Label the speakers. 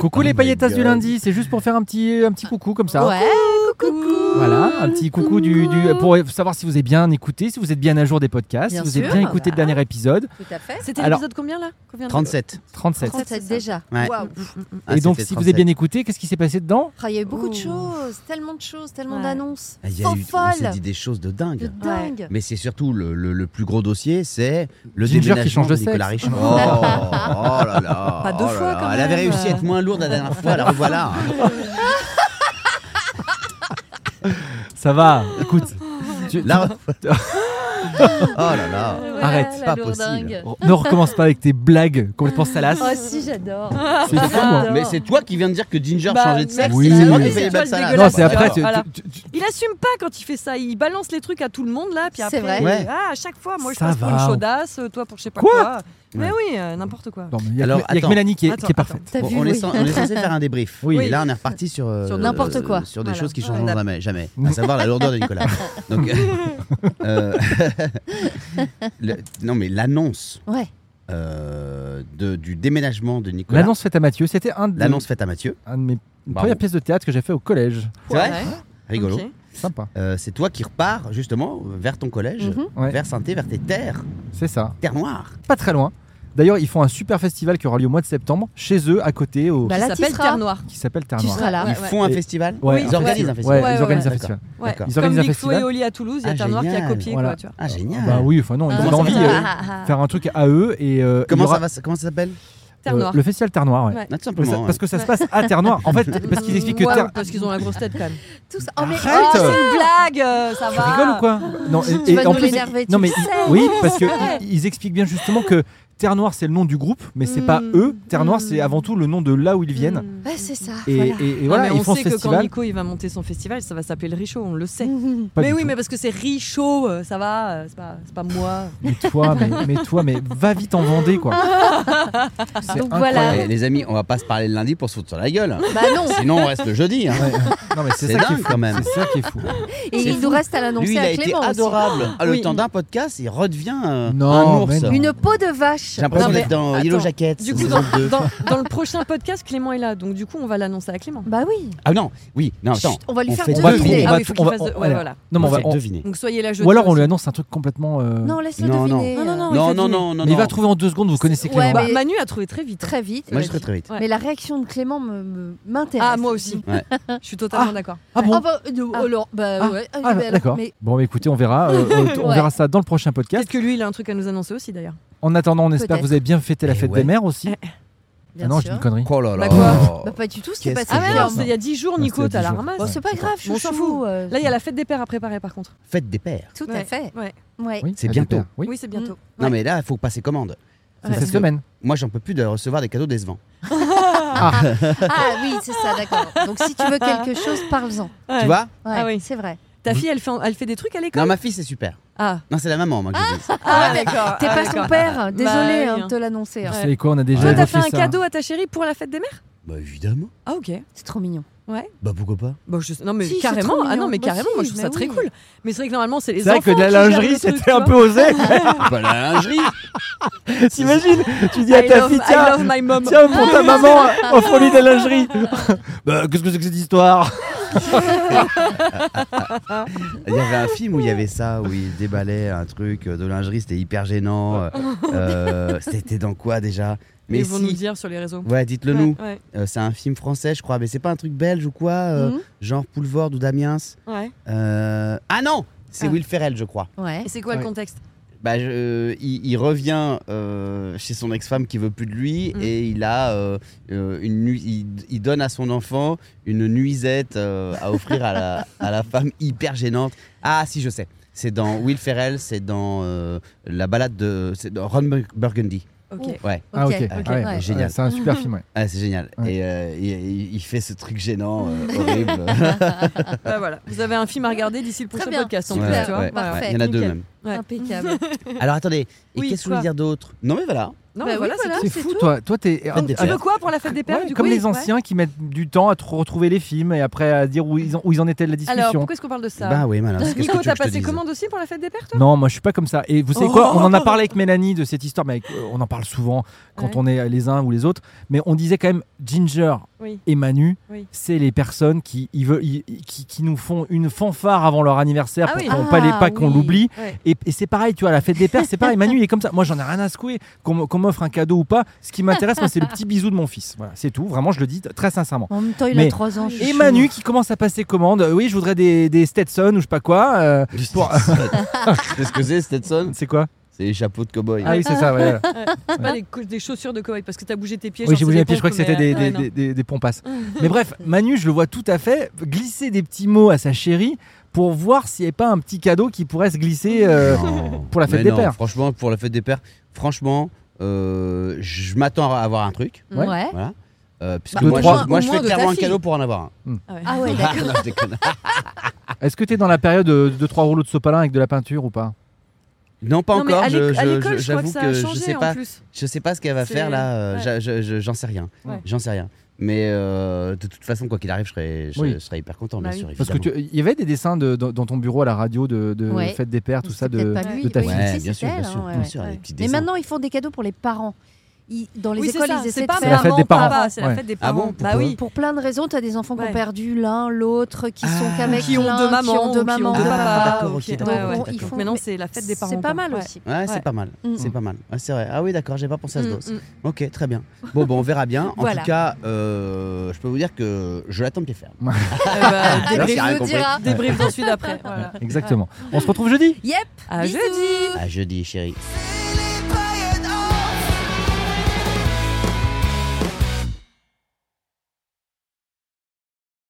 Speaker 1: Coucou
Speaker 2: Oh
Speaker 1: les
Speaker 2: my
Speaker 1: paillettas du
Speaker 2: God.
Speaker 1: lundi, c'est juste pour faire un petit, euh, un petit coucou comme ça.
Speaker 3: Ouais, coucou.
Speaker 1: Voilà, un petit coucou du, du-
Speaker 3: Coucou.
Speaker 1: pour savoir si vous avez bien écouté, si vous êtes bien à jour des podcasts,
Speaker 3: Bien
Speaker 1: si vous avez
Speaker 3: sûr,
Speaker 1: bien écouté le
Speaker 3: voilà.
Speaker 1: dernier épisode,
Speaker 3: Tout à fait.
Speaker 4: C'était
Speaker 1: Alors-
Speaker 4: l'épisode combien là Combien de-
Speaker 2: 37.
Speaker 1: 37.
Speaker 3: 37
Speaker 4: 37, c'est ça.
Speaker 3: déjà.
Speaker 2: Ouais.
Speaker 3: Waouh.
Speaker 2: Ah,
Speaker 1: Et donc,
Speaker 2: c'était
Speaker 1: si vous avez bien
Speaker 2: 37.
Speaker 1: écouté, qu'est-ce qui s'est passé dedans
Speaker 3: Ah, Il y a eu beaucoup de
Speaker 4: Ouh.
Speaker 3: choses, tellement de choses, tellement
Speaker 4: Ouais.
Speaker 3: d'annonces.
Speaker 2: Ah, il y a
Speaker 3: Faux
Speaker 2: eu- on s'est
Speaker 3: folle.
Speaker 2: dit des choses de
Speaker 3: De
Speaker 2: dingue.
Speaker 3: dingue.
Speaker 2: Mais c'est surtout le, le- le plus gros dossier, c'est le
Speaker 1: Ginger qui
Speaker 2: déménagement
Speaker 1: change de
Speaker 2: de Nicolas
Speaker 1: sexe.
Speaker 2: Riche. Oh, oh là là.
Speaker 4: Pas deux
Speaker 2: oh là
Speaker 4: fois,
Speaker 2: là.
Speaker 4: quand
Speaker 2: Elle avait
Speaker 4: même.
Speaker 2: réussi à être moins lourde la hein. dernière fois, alors voilà.
Speaker 1: Ça va, écoute. tu-
Speaker 2: Là... oh là là.
Speaker 1: Arrête,
Speaker 3: la
Speaker 2: pas
Speaker 3: lourdingue.
Speaker 1: Oh, Ne recommence pas avec tes blagues complètement salaces.
Speaker 3: Oh si, j'adore.
Speaker 1: C'est fou. hein.
Speaker 2: Mais c'est toi qui viens de dire que Ginger
Speaker 4: Bah,
Speaker 2: changeait de sexe.
Speaker 4: merci,
Speaker 2: c'est
Speaker 1: c'est
Speaker 2: moi
Speaker 1: vrai,
Speaker 2: qui
Speaker 1: c'est
Speaker 2: fais les
Speaker 4: toi
Speaker 2: belles
Speaker 4: le
Speaker 2: salades.
Speaker 4: dégueulasse.
Speaker 1: Non, c'est après. tu-
Speaker 4: Voilà.
Speaker 1: tu- tu-
Speaker 4: Il assume pas quand il fait ça. Il balance les trucs à tout le monde là, puis
Speaker 3: C'est
Speaker 4: après.
Speaker 3: vrai.
Speaker 2: Ouais.
Speaker 4: Ah, à chaque fois, moi je
Speaker 1: Ça
Speaker 4: passe pour
Speaker 1: va.
Speaker 4: une chaudasse, toi pour je sais pas
Speaker 1: Quoi
Speaker 4: quoi. Mais oui, euh, n'importe quoi.
Speaker 1: Non, mais il y a,
Speaker 2: Alors,
Speaker 1: que- il y a que
Speaker 2: attends.
Speaker 1: Mélanie qui est, qui est
Speaker 4: Attends,
Speaker 1: parfaite.
Speaker 3: T'as
Speaker 2: Bon,
Speaker 3: vu
Speaker 2: on,
Speaker 3: oui.
Speaker 2: est cen- on est censé faire un débrief.
Speaker 1: Oui.
Speaker 2: Et là, on est reparti sur, euh,
Speaker 3: Sur n'importe quoi.
Speaker 2: Sur des
Speaker 3: Voilà.
Speaker 2: choses qui changeront
Speaker 4: Ouais.
Speaker 2: jamais, jamais. À savoir la lourdeur de Nicolas. Donc, euh, le- non, mais l'annonce
Speaker 3: Ouais.
Speaker 2: euh, de- du déménagement de Nicolas.
Speaker 1: L'annonce faite à Mathieu, c'était un de,
Speaker 2: L'annonce faite à Mathieu.
Speaker 1: un de mes
Speaker 2: Bravo.
Speaker 1: premières pièces de théâtre que j'ai fait au collège.
Speaker 2: C'est vrai Rigolo.
Speaker 4: Ok.
Speaker 1: Sympa.
Speaker 2: Euh, c'est toi qui repars justement vers ton collège,
Speaker 3: Mhm.
Speaker 1: Ouais.
Speaker 2: vers saint vers tes terres,
Speaker 1: C'est ça.
Speaker 2: terres noires.
Speaker 1: Pas très loin. D'ailleurs, ils font un super festival qui aura lieu au mois de septembre, chez eux, à côté, au...
Speaker 3: Bah là,
Speaker 4: Ça
Speaker 3: tu
Speaker 4: s'appelle Terre
Speaker 3: seras.
Speaker 4: Noire.
Speaker 1: qui s'appelle Terre
Speaker 3: Tu
Speaker 1: Noire.
Speaker 3: seras là.
Speaker 2: Ils font un
Speaker 1: Et-
Speaker 2: festival
Speaker 1: Ouais,
Speaker 2: Ils organisent un festival.
Speaker 1: Ouais,
Speaker 4: Ouais,
Speaker 1: ils
Speaker 4: ouais,
Speaker 1: organisent un
Speaker 2: ouais.
Speaker 1: festival.
Speaker 4: Ouais.
Speaker 2: D'accord.
Speaker 1: Ils organisent
Speaker 4: Comme
Speaker 1: un
Speaker 4: Big Flo et
Speaker 1: festival.
Speaker 4: Oli à Toulouse, il y
Speaker 2: Ah,
Speaker 4: a Terre Noire qui a
Speaker 2: génial.
Speaker 4: copié
Speaker 1: Voilà.
Speaker 4: quoi, tu vois. Mmh.
Speaker 2: Ah génial.
Speaker 1: Bah oui, enfin non, ils
Speaker 2: Comment
Speaker 1: ont
Speaker 2: ça
Speaker 1: envie
Speaker 2: s'appelle
Speaker 1: euh, de faire un truc à eux et euh, il y
Speaker 2: Comment
Speaker 1: aura,
Speaker 2: ça va Comment ça s'appelle
Speaker 4: Terre
Speaker 1: euh,
Speaker 4: Noire.
Speaker 1: le festival Terre Noire, ouais.
Speaker 4: Ouais.
Speaker 2: Tout
Speaker 1: Parce-
Speaker 2: simplement.
Speaker 1: Parce que ça se passe à Terre Noire. En fait, parce qu'ils expliquent que
Speaker 4: Ouais,
Speaker 1: Terre.
Speaker 4: Mmh. parce qu'ils ont la grosse tête quand même.
Speaker 3: Tout ça. Oh mais
Speaker 1: Arrête.
Speaker 3: oh,
Speaker 4: C'est une blague, euh, ça
Speaker 1: Tu
Speaker 4: va.
Speaker 1: rigoles ou quoi Non, et,
Speaker 3: Tu
Speaker 1: et
Speaker 3: vas
Speaker 1: en
Speaker 3: nous
Speaker 1: plus,
Speaker 3: l'énerver, tu
Speaker 1: non mais
Speaker 3: le
Speaker 1: ils-
Speaker 3: sais.
Speaker 1: oui, parce que ils, ils expliquent bien justement que Terre Noire c'est le nom du groupe, mais c'est pas
Speaker 4: Mm.
Speaker 1: eux. Terre Noire
Speaker 4: Mm.
Speaker 1: c'est avant tout le nom de là où ils viennent.
Speaker 4: Mm.
Speaker 3: Ouais, c'est ça.
Speaker 1: Et,
Speaker 3: voilà.
Speaker 1: et- et
Speaker 4: Non,
Speaker 1: voilà,
Speaker 4: mais
Speaker 1: ils
Speaker 4: on
Speaker 1: font ce
Speaker 4: sait que quand
Speaker 1: festival.
Speaker 4: Nico il va monter son festival, ça va s'appeler le Richaud, on le sait.
Speaker 3: Mhm.
Speaker 1: Pas
Speaker 4: mais
Speaker 1: du
Speaker 4: oui,
Speaker 1: tout.
Speaker 4: mais parce que c'est Richaud, euh, ça va, euh, c'est pas, c'est pas moi.
Speaker 1: Mais toi, mais, mais toi, mais va vite en Vendée quoi. C'est
Speaker 3: Donc
Speaker 1: incroyable.
Speaker 3: voilà.
Speaker 2: Eh, les amis, on va pas se parler le lundi pour se foutre sur la gueule. hein.
Speaker 3: Bah non.
Speaker 2: Sinon, on reste le jeudi. hein.
Speaker 1: Ouais. Non mais c'est
Speaker 2: C'est
Speaker 1: ça qui est
Speaker 2: dingue,
Speaker 1: fou.
Speaker 2: quand même.
Speaker 1: C'est ça qui est fou.
Speaker 3: Et il nous reste à
Speaker 2: Lui,
Speaker 3: l'annoncer
Speaker 2: il a
Speaker 3: à
Speaker 2: été
Speaker 3: Clément aussi.
Speaker 2: adorable. Ah, le
Speaker 4: Oui.
Speaker 2: temps d'un podcast, il redevient euh,
Speaker 1: Non,
Speaker 2: un ours.
Speaker 1: mais non.
Speaker 3: Une peau de vache.
Speaker 2: J'ai l'impression
Speaker 4: Non, mais-
Speaker 2: d'être dans Yellow
Speaker 4: attends.
Speaker 2: Jacket.
Speaker 4: Du coup,
Speaker 2: saison
Speaker 4: dans,
Speaker 2: 2.
Speaker 4: dans- dans le prochain podcast, Clément est là, donc du coup, on va l'annoncer à Clément.
Speaker 3: Bah oui.
Speaker 2: Ah non, oui, non, attends.
Speaker 3: Chut, on va lui
Speaker 2: on
Speaker 3: faire
Speaker 2: fait-
Speaker 3: deux
Speaker 1: On va,
Speaker 2: Deviner.
Speaker 1: on
Speaker 4: Ah
Speaker 1: va-
Speaker 4: oui, faut
Speaker 1: on
Speaker 4: qu'il
Speaker 1: va-
Speaker 4: fasse- ouais,
Speaker 1: voilà.
Speaker 4: voilà.
Speaker 1: Non, mais on
Speaker 2: on
Speaker 1: va,
Speaker 2: fait
Speaker 1: on-
Speaker 2: deviner.
Speaker 4: Donc soyez là jeudi.
Speaker 1: ou alors on lui
Speaker 4: aussi.
Speaker 1: annonce un truc complètement. euh,
Speaker 3: Non, laisse-le
Speaker 2: Non, non.
Speaker 3: deviner.
Speaker 4: Non, non, non.
Speaker 2: Non,
Speaker 4: il
Speaker 2: non,
Speaker 4: fait
Speaker 2: non, non.
Speaker 1: mais il va
Speaker 2: non.
Speaker 1: trouver en deux secondes. Vous connaissez
Speaker 3: Ouais,
Speaker 1: Clément.
Speaker 4: Bah,
Speaker 3: mais-
Speaker 4: Manu a trouvé très vite.
Speaker 3: Très vite.
Speaker 2: Moi, je serai très vite.
Speaker 4: Ouais.
Speaker 3: Mais la réaction de Clément me- me- m'intéresse.
Speaker 4: Ah, moi aussi.
Speaker 2: Ouais.
Speaker 4: Je suis totalement d'accord.
Speaker 1: Ah bon
Speaker 3: Ah bah, euh,
Speaker 4: Ah.
Speaker 3: alors, bah
Speaker 1: Ah,
Speaker 3: ouais.
Speaker 1: ah,
Speaker 3: mais alors,
Speaker 1: d'accord.
Speaker 3: mais-
Speaker 1: Bon, écoutez, on verra. euh, on- on
Speaker 3: Ouais.
Speaker 1: verra ça dans le prochain podcast.
Speaker 4: Peut-être que lui, il a un truc à nous annoncer aussi d'ailleurs.
Speaker 1: En attendant, on espère que vous avez bien fêté la
Speaker 2: Eh
Speaker 1: fête
Speaker 2: ouais.
Speaker 1: des mères aussi.
Speaker 3: bien
Speaker 1: Ah non, je
Speaker 3: sûr.
Speaker 1: dis une connerie.
Speaker 2: Oh là là.
Speaker 4: Bah quoi
Speaker 3: Bah pas du tout, c'est
Speaker 2: Qu'est-ce
Speaker 3: pas
Speaker 2: que Ah, mais non,
Speaker 4: Ah
Speaker 2: c'est-
Speaker 4: non, il y a 10 jours, Nico,
Speaker 1: c'était
Speaker 4: t'as la
Speaker 1: 10 jours.
Speaker 4: ramasse.
Speaker 3: Bon, c'est pas grave,
Speaker 4: On s'en fout.
Speaker 3: chouchou. euh,
Speaker 4: Là, il y a la fête des pères à préparer par contre.
Speaker 2: Fête des pères.
Speaker 3: Tout à
Speaker 4: Ouais.
Speaker 3: fait.
Speaker 4: Ouais.
Speaker 3: Ouais.
Speaker 1: Oui,
Speaker 2: C'est
Speaker 1: la
Speaker 2: bientôt.
Speaker 1: fête des mères. Oui,
Speaker 4: Oui, c'est bientôt.
Speaker 2: Non, mais là, il faut passer commande.
Speaker 1: c'est
Speaker 2: Parce
Speaker 1: cette
Speaker 2: que
Speaker 1: semaine.
Speaker 2: Moi, j'en peux plus de recevoir des cadeaux décevants.
Speaker 3: Ah oui, c'est ça, d'accord. Donc si tu veux quelque chose, parle-en.
Speaker 4: Ouais.
Speaker 2: Tu vois
Speaker 3: Ouais,
Speaker 4: Ah oui.
Speaker 3: c'est vrai.
Speaker 4: Ta fille, elle fait, elle fait des trucs à l'école
Speaker 2: Non, ma fille, c'est super.
Speaker 4: Ah,
Speaker 2: Non, c'est la maman, moi, que je dis.
Speaker 4: ah d'accord.
Speaker 3: T'es
Speaker 4: Ah,
Speaker 3: pas son
Speaker 4: d'accord.
Speaker 3: père, désolé hein,
Speaker 4: Bah, oui,
Speaker 3: de
Speaker 4: hein.
Speaker 3: te l'annoncer. hein.
Speaker 1: Vous
Speaker 4: Ouais.
Speaker 1: savez quoi, on a déjà
Speaker 4: Toi, t'as
Speaker 1: évoqué
Speaker 4: fait un
Speaker 1: ça.
Speaker 4: cadeau à ta chérie pour la fête des mères
Speaker 2: Bah, évidemment.
Speaker 4: Ah, ok.
Speaker 3: C'est trop mignon.
Speaker 2: Bah, pourquoi pas
Speaker 4: Bon, je... Non, mais
Speaker 3: Si, c'est trop
Speaker 4: carrément. Ah non,
Speaker 3: mignon.
Speaker 4: mais
Speaker 3: Bah
Speaker 4: carrément,
Speaker 3: si,
Speaker 4: moi, je trouve ça
Speaker 3: mais
Speaker 4: très
Speaker 3: oui.
Speaker 4: cool. Mais c'est vrai que normalement, c'est les
Speaker 1: C'est vrai que de la
Speaker 4: enfants qui gèrent
Speaker 1: lingerie,
Speaker 4: le truc,
Speaker 1: c'était
Speaker 4: tu
Speaker 1: un
Speaker 4: vois.
Speaker 1: peu osé.
Speaker 2: Bah, la lingerie
Speaker 1: T'imagines Tu dis à
Speaker 4: I
Speaker 1: ta
Speaker 4: love-
Speaker 1: fille,
Speaker 4: I
Speaker 1: tiens,
Speaker 4: love my mom.
Speaker 1: tiens, pour ta maman, offre-lui de la lingerie. bah, qu'est-ce que c'est que cette histoire
Speaker 2: Il y avait un film où il y avait ça, où il déballait un truc euh, de lingerie, c'était hyper gênant. euh, euh, c'était dans quoi déjà Mais
Speaker 4: Mais ils vont nous
Speaker 2: si.
Speaker 4: dire sur les réseaux.
Speaker 2: Ouais, dites-le
Speaker 4: Ouais,
Speaker 2: nous.
Speaker 4: Ouais,
Speaker 2: Euh, c'est un film français, je crois, mais c'est pas un truc belge ou quoi euh,
Speaker 3: Mhm.
Speaker 2: Genre Poulvord ou Damiens
Speaker 4: ouais.
Speaker 2: Euh, Ah non C'est
Speaker 4: Ah.
Speaker 2: Will Ferrell, je crois.
Speaker 3: Ouais.
Speaker 4: Et c'est quoi
Speaker 1: Ouais.
Speaker 4: le contexte
Speaker 2: Bah, je- euh, il, il revient euh, chez son ex-femme qui veut plus de lui
Speaker 4: Mhm.
Speaker 2: et il a euh, euh, une nu- il, il donne à son enfant une nuisette euh, à offrir à la, à la femme hyper gênante. Ah si je sais, c'est dans Will Ferrell, c'est dans euh, la balade de c'est dans Ron Bur- Burgundy.
Speaker 4: Ok.
Speaker 2: Ouais,
Speaker 1: Ah, ok. Ah ouais,
Speaker 3: ouais.
Speaker 2: Génial.
Speaker 1: C'est un super film, ouais.
Speaker 2: Ah, c'est génial.
Speaker 1: Ouais.
Speaker 2: Et euh, il, il fait ce truc gênant, euh, horrible.
Speaker 4: Bah voilà. Vous avez un film à regarder d'ici le
Speaker 3: Très
Speaker 4: prochain
Speaker 3: bien.
Speaker 4: podcast en
Speaker 3: Ouais,
Speaker 4: plus, tu vois.
Speaker 3: parfait.
Speaker 2: Il y en a deux
Speaker 4: hein. Nickel.
Speaker 2: même.
Speaker 4: Ouais.
Speaker 3: Impeccable.
Speaker 2: Alors attendez, et qu'est-ce
Speaker 4: Oui,
Speaker 2: que je
Speaker 4: quoi
Speaker 2: voulais dire d'autre Non mais voilà.
Speaker 3: Bah
Speaker 4: Non, mais
Speaker 3: oui,
Speaker 4: voilà, c'est
Speaker 3: voilà.
Speaker 4: tout.
Speaker 1: C'est
Speaker 3: c'est
Speaker 1: fou,
Speaker 3: tout.
Speaker 1: toi. Toi, t'es
Speaker 2: Faites des
Speaker 4: Tu veux
Speaker 2: Ouais.
Speaker 4: quoi pour la fête des pères
Speaker 1: Ouais,
Speaker 4: du coup
Speaker 1: comme les
Speaker 4: Ouais.
Speaker 1: anciens qui mettent du temps à tr- retrouver les films et après à dire où ils en, où ils en étaient de la
Speaker 4: Alors,
Speaker 1: discussion.
Speaker 4: pourquoi est-ce qu'on parle de ça
Speaker 2: Bah oui, mais alors, qu'est-ce que tu
Speaker 4: Nico,
Speaker 2: veux
Speaker 4: t'as
Speaker 2: que je te
Speaker 4: passé
Speaker 2: dise
Speaker 4: commande aussi pour la fête des pères, toi
Speaker 1: non, moi je suis pas comme ça. Et vous savez quoi
Speaker 4: Oh
Speaker 1: On en a parlé avec Mélanie de cette histoire, mais avec- euh, on en parle souvent quand
Speaker 4: Ouais.
Speaker 1: on est euh, les uns ou les autres. Mais on disait quand même Ginger
Speaker 4: Oui.
Speaker 1: et Manu,
Speaker 4: Oui.
Speaker 1: c'est les personnes qui, ils veulent- ils- qui, qui nous font une fanfare avant leur anniversaire
Speaker 4: Ah
Speaker 1: pour
Speaker 4: oui.
Speaker 1: qu'on pas, les-
Speaker 3: Ah
Speaker 1: pas qu'on
Speaker 3: oui.
Speaker 1: l'oublie.
Speaker 4: Ouais.
Speaker 1: Et, et c'est pareil, tu vois, à la fête des pères, c'est pareil. Manu, il est comme ça. Moi, j'en ai rien à secouer. Qu'on m- qu'on m'offre un cadeau ou pas, ce qui m'intéresse, moi, c'est le petit bisou de mon fils. Voilà, c'est tout. Vraiment, je le dis t- très sincèrement.
Speaker 3: En même temps, il
Speaker 1: Mais-
Speaker 3: a 3 ans. je suis
Speaker 1: Et Manu
Speaker 3: chaud.
Speaker 1: qui commence à passer commande. Euh, Oui, je voudrais des, des Stetson ou je sais pas quoi. Euh, pour-
Speaker 2: Qu'est-ce que c'est Stetson
Speaker 1: c'est quoi
Speaker 2: C'est les chapeaux de cow-boy.
Speaker 1: Ah oui, c'est ça. ouais.
Speaker 4: C'est pas des, co- des chaussures de cowboy parce que t'as bougé tes pieds.
Speaker 1: Oui,
Speaker 4: genre,
Speaker 1: j'ai
Speaker 4: c'est
Speaker 1: voulu
Speaker 4: des
Speaker 1: appuyer, je crois que
Speaker 4: pompes,
Speaker 1: c'était des,
Speaker 4: mais, euh,
Speaker 1: des,
Speaker 4: ouais, non.
Speaker 1: des, des- des pompasses. mais bref, Manu, je le vois tout à fait glisser des petits mots à sa chérie pour voir s'il n'y avait pas un petit cadeau qui pourrait se glisser. euh,
Speaker 2: Non.
Speaker 1: pour la fête
Speaker 2: Mais
Speaker 1: des
Speaker 2: non,
Speaker 1: pères.
Speaker 2: Franchement, pour la fête des pères, franchement, euh, je m'attends à avoir un truc.
Speaker 1: Ouais.
Speaker 3: Ouais.
Speaker 2: Voilà. Euh,
Speaker 1: Bah,
Speaker 2: puisque moi,
Speaker 1: au moins-
Speaker 2: je, moi,
Speaker 4: au
Speaker 2: je
Speaker 4: moins
Speaker 2: fais
Speaker 4: de ta
Speaker 2: clairement un
Speaker 4: fille.
Speaker 2: cadeau pour en avoir un.
Speaker 3: Ah ouais,
Speaker 2: Ah,
Speaker 3: d'accord.
Speaker 2: non, je déconne.
Speaker 1: Est-ce que tu es dans la période de 3 rouleaux de sopalin avec de la peinture ou pas
Speaker 2: Non, pas
Speaker 4: Non, mais
Speaker 2: encore.
Speaker 4: à
Speaker 2: je-
Speaker 4: l'éc- à
Speaker 2: je- je-
Speaker 4: l'école, je crois
Speaker 2: J'avoue
Speaker 4: que ça
Speaker 2: que
Speaker 4: a
Speaker 2: je sais
Speaker 4: changé
Speaker 2: pas.
Speaker 4: en plus.
Speaker 2: Je sais pas ce qu'elle va
Speaker 4: C'est-
Speaker 2: faire là. euh,
Speaker 4: ouais.
Speaker 2: j'a- je- je- J'en sais rien.
Speaker 4: Ouais.
Speaker 2: J'en sais rien. Mais euh, de toute façon, quoi qu'il arrive, je serai, je,
Speaker 1: Oui.
Speaker 2: je serai hyper content,
Speaker 4: Bah
Speaker 2: bien
Speaker 4: oui.
Speaker 2: sûr.
Speaker 1: Parce que
Speaker 2: évidemment.
Speaker 1: tu- il y avait des dessins de- dans, dans ton bureau à la radio de, de
Speaker 3: Ouais.
Speaker 1: fête des pères, tout ça.
Speaker 3: C'est peut-être
Speaker 1: De...
Speaker 3: pas lui,
Speaker 1: de ta
Speaker 3: oui,
Speaker 1: fille.
Speaker 3: mais
Speaker 2: Ouais,
Speaker 3: si,
Speaker 2: bien
Speaker 3: c'est
Speaker 2: sûr, bien
Speaker 3: elle,
Speaker 2: sûr,
Speaker 3: hein,
Speaker 2: bien
Speaker 3: ouais.
Speaker 2: sûr,
Speaker 4: ouais.
Speaker 2: les petits
Speaker 3: Mais
Speaker 2: dessins.
Speaker 3: maintenant, ils font des cadeaux pour les parents. Ils- dans les
Speaker 4: Oui, c'est
Speaker 3: écoles,
Speaker 4: ça,
Speaker 3: ils
Speaker 4: c'est
Speaker 3: essaient de
Speaker 4: pas
Speaker 1: C'est la
Speaker 3: faire.
Speaker 1: fête
Speaker 4: maman,
Speaker 1: des parents.
Speaker 4: papa, C'est la
Speaker 1: Ouais.
Speaker 4: fête des
Speaker 2: Ah
Speaker 4: parents.
Speaker 2: bon,
Speaker 4: Bah
Speaker 2: pourquoi
Speaker 4: oui.
Speaker 3: Pour plein de raisons, tu as des enfants qui
Speaker 4: Ouais.
Speaker 3: ont perdu l'un, l'autre, qui
Speaker 2: Ah.
Speaker 3: sont qu'avec
Speaker 4: qui ont
Speaker 3: l'un,
Speaker 4: deux mamans,
Speaker 3: qui ont deux mamans,
Speaker 2: deux
Speaker 3: deux
Speaker 2: papas.
Speaker 3: papas.
Speaker 2: d'accord,
Speaker 4: ok,
Speaker 2: ok,
Speaker 4: ouais,
Speaker 3: Ah, d'accord,
Speaker 4: ouais,
Speaker 3: d'accord.
Speaker 4: ils font-
Speaker 3: Mais
Speaker 4: Maintenant,
Speaker 3: non,
Speaker 4: c'est la fête des parents.
Speaker 3: C'est pas
Speaker 4: quoi.
Speaker 3: mal
Speaker 4: Ouais.
Speaker 3: aussi.
Speaker 2: Ouais,
Speaker 4: Ouais.
Speaker 2: c'est pas mal.
Speaker 4: Mm.
Speaker 2: C'est pas mal. Ah, c'est vrai. Ah oui, d'accord, j'ai pas pensé à ce
Speaker 4: Mm,
Speaker 2: dos.
Speaker 4: mm.
Speaker 2: Ok, très bien. Bon, bon, on verra bien. En
Speaker 3: Voilà.
Speaker 2: tout cas, euh, je peux vous dire que je l'attends de pied ferme.
Speaker 4: Eh bah,
Speaker 2: j'ai
Speaker 4: débrief-
Speaker 2: rien
Speaker 3: nous
Speaker 2: compris.
Speaker 3: dira.
Speaker 4: Débrief ensuite après.
Speaker 1: Exactement. On se retrouve jeudi
Speaker 3: Yep,
Speaker 4: À
Speaker 3: Bisous.
Speaker 4: jeudi.
Speaker 2: À jeudi, Bah, chérie.
Speaker 5: Super